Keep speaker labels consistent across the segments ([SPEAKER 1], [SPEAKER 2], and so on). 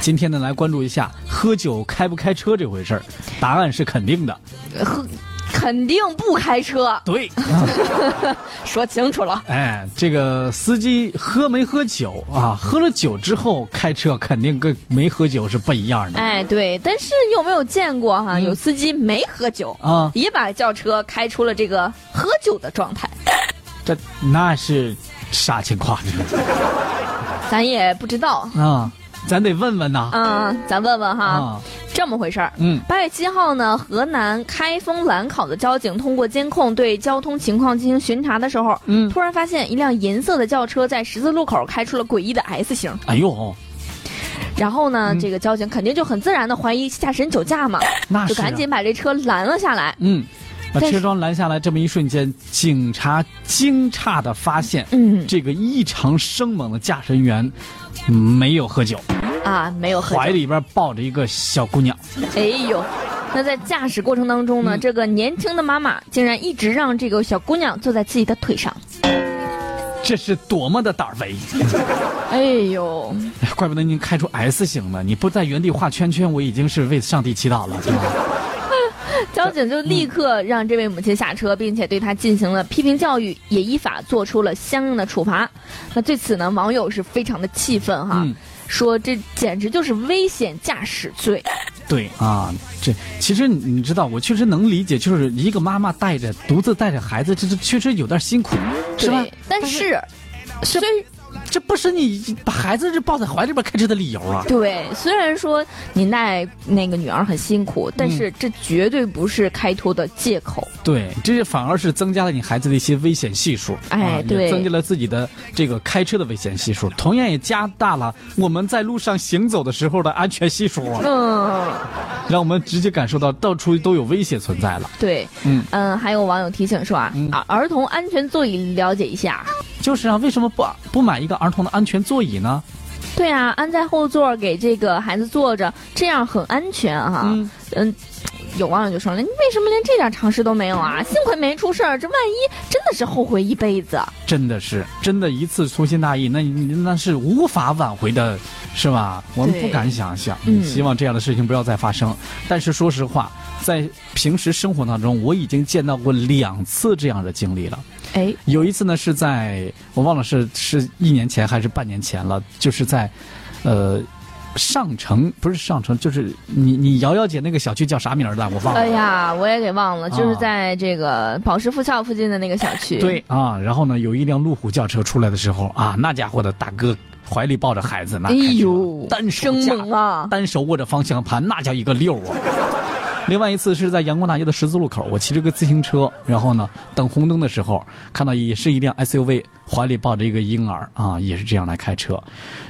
[SPEAKER 1] 今天呢，来关注一下喝酒开不开车这回事儿。答案是肯定的，
[SPEAKER 2] 喝肯定不开车，
[SPEAKER 1] 对。
[SPEAKER 2] 说清楚了。
[SPEAKER 1] 哎，这个司机喝没喝酒啊？喝了酒之后开车肯定跟没喝酒是不一样的。
[SPEAKER 2] 哎，对，但是有没有见过哈、有司机没喝酒
[SPEAKER 1] 啊
[SPEAKER 2] 也把轿车开出了这个喝酒的状态，
[SPEAKER 1] 这那是啥情况？
[SPEAKER 2] 咱也不知道。
[SPEAKER 1] 啊，咱得问问呐。
[SPEAKER 2] 嗯，咱问问哈，
[SPEAKER 1] 啊，
[SPEAKER 2] 这么回事儿。
[SPEAKER 1] 嗯
[SPEAKER 2] 八月七号呢，河南开封兰考的交警通过监控对交通情况进行巡查的时候，
[SPEAKER 1] 嗯，
[SPEAKER 2] 突然发现一辆银色的轿车在十字路口开出了诡异的 S 型。
[SPEAKER 1] 哎呦，
[SPEAKER 2] 然后呢，
[SPEAKER 1] 嗯
[SPEAKER 2] 这个交警肯定就很自然的怀疑驾驶人酒驾嘛，
[SPEAKER 1] 那是啊
[SPEAKER 2] 就赶紧把这车拦了下来。
[SPEAKER 1] 嗯，把
[SPEAKER 2] 但是
[SPEAKER 1] 车窗拦下来，这么一瞬间，警察惊诧的发现，
[SPEAKER 2] 嗯
[SPEAKER 1] 这个异常生猛的驾驶员没有喝酒，
[SPEAKER 2] 啊，没有喝
[SPEAKER 1] 怀
[SPEAKER 2] 酒。
[SPEAKER 1] 里边抱着一个小姑娘。
[SPEAKER 2] 哎呦，那在驾驶过程当中
[SPEAKER 1] 嗯
[SPEAKER 2] 呢，这个年轻的妈妈竟然一直让这个小姑娘坐在自己的腿上。
[SPEAKER 1] 这是多么的胆儿肥！
[SPEAKER 2] 哎呦，
[SPEAKER 1] 哎怪不得您开出 S 型呢，你不在原地画圈圈，我已经是为上帝祈祷了。是吧
[SPEAKER 2] 交警就立刻让这位母亲下车，并且对她进行了批评教育，也依法做出了相应的处罚。那对此呢，网友是非常的气愤哈，
[SPEAKER 1] 嗯
[SPEAKER 2] 说这简直就是危险驾驶罪。
[SPEAKER 1] 对啊，这其实你你知道，我确实能理解，就是一个妈妈带着独自带着孩子，这这确实有点辛苦，是吧
[SPEAKER 2] 对？但是，虽
[SPEAKER 1] 这不是你把孩子这抱在怀里边开车的理由啊！
[SPEAKER 2] 对虽然说您带那个女儿很辛苦，但是这绝对不是开脱的借口。
[SPEAKER 1] 对，这反而是增加了你孩子的一些危险系数，
[SPEAKER 2] 哎
[SPEAKER 1] 啊、也
[SPEAKER 2] 对
[SPEAKER 1] 增加了自己的这个开车的危险系数，同样也加大了我们在路上行走的时候的安全系数，啊
[SPEAKER 2] 嗯，
[SPEAKER 1] 让我们直接感受到到处都有危险存在了。
[SPEAKER 2] 对，
[SPEAKER 1] 嗯
[SPEAKER 2] 还有网友提醒说啊，啊儿童安全座椅了解一下。
[SPEAKER 1] 就是啊，为什么不不买一个儿童的安全座椅呢？
[SPEAKER 2] 对啊，安在后座给这个孩子坐着，这样很安全哈、
[SPEAKER 1] 嗯
[SPEAKER 2] 嗯有网友就说了，你为什么连这点常识都没有啊？幸亏没出事儿，这万一真的是后悔一辈子。
[SPEAKER 1] 真的是，真的一次粗心大意，那你那是无法挽回的，是吧？我们
[SPEAKER 2] 对
[SPEAKER 1] 不敢想象，
[SPEAKER 2] 嗯
[SPEAKER 1] 希望这样的事情不要再发生。但是说实话，在平时生活当中，我已经见到过两次这样的经历了。
[SPEAKER 2] 哎，
[SPEAKER 1] 有一次呢，是在我忘了是是一年前还是半年前了，就是在，呃，上城不是上城，就是你你瑶瑶姐那个小区叫啥名儿的？我忘了。
[SPEAKER 2] 哎呀，我也给忘了，就是
[SPEAKER 1] 啊
[SPEAKER 2] 在这个宝石附校附近的那个小区。
[SPEAKER 1] 对啊，然后呢，有一辆路虎轿车出来的时候啊，那家伙的大哥怀里抱着孩子，那
[SPEAKER 2] 哎
[SPEAKER 1] 开车
[SPEAKER 2] 呦，
[SPEAKER 1] 单手
[SPEAKER 2] 生
[SPEAKER 1] 架
[SPEAKER 2] 猛啊！
[SPEAKER 1] 单手握着方向盘，那叫一个溜啊！另外一次是在阳光大街的十字路口，我骑着个自行车，然后呢等红灯的时候，看到也是一辆 SUV，怀里抱着一个婴儿啊，也是这样来开车，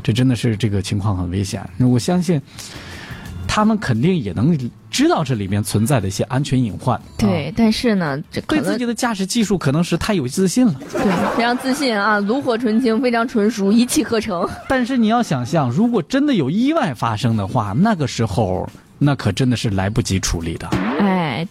[SPEAKER 1] 这真的是这个情况很危险。那我相信他们肯定也能知道这里面存在的一些安全隐患。
[SPEAKER 2] 对，
[SPEAKER 1] 啊
[SPEAKER 2] 但是呢，这可
[SPEAKER 1] 对
[SPEAKER 2] 能
[SPEAKER 1] 自己的驾驶技术可能是太有自信了。
[SPEAKER 2] 对非常自信啊，炉火纯青，非常纯熟，一气呵成。
[SPEAKER 1] 但是你要想象，如果真的有意外发生的话，那个时候那可真的是来不及处理的。
[SPEAKER 2] 哎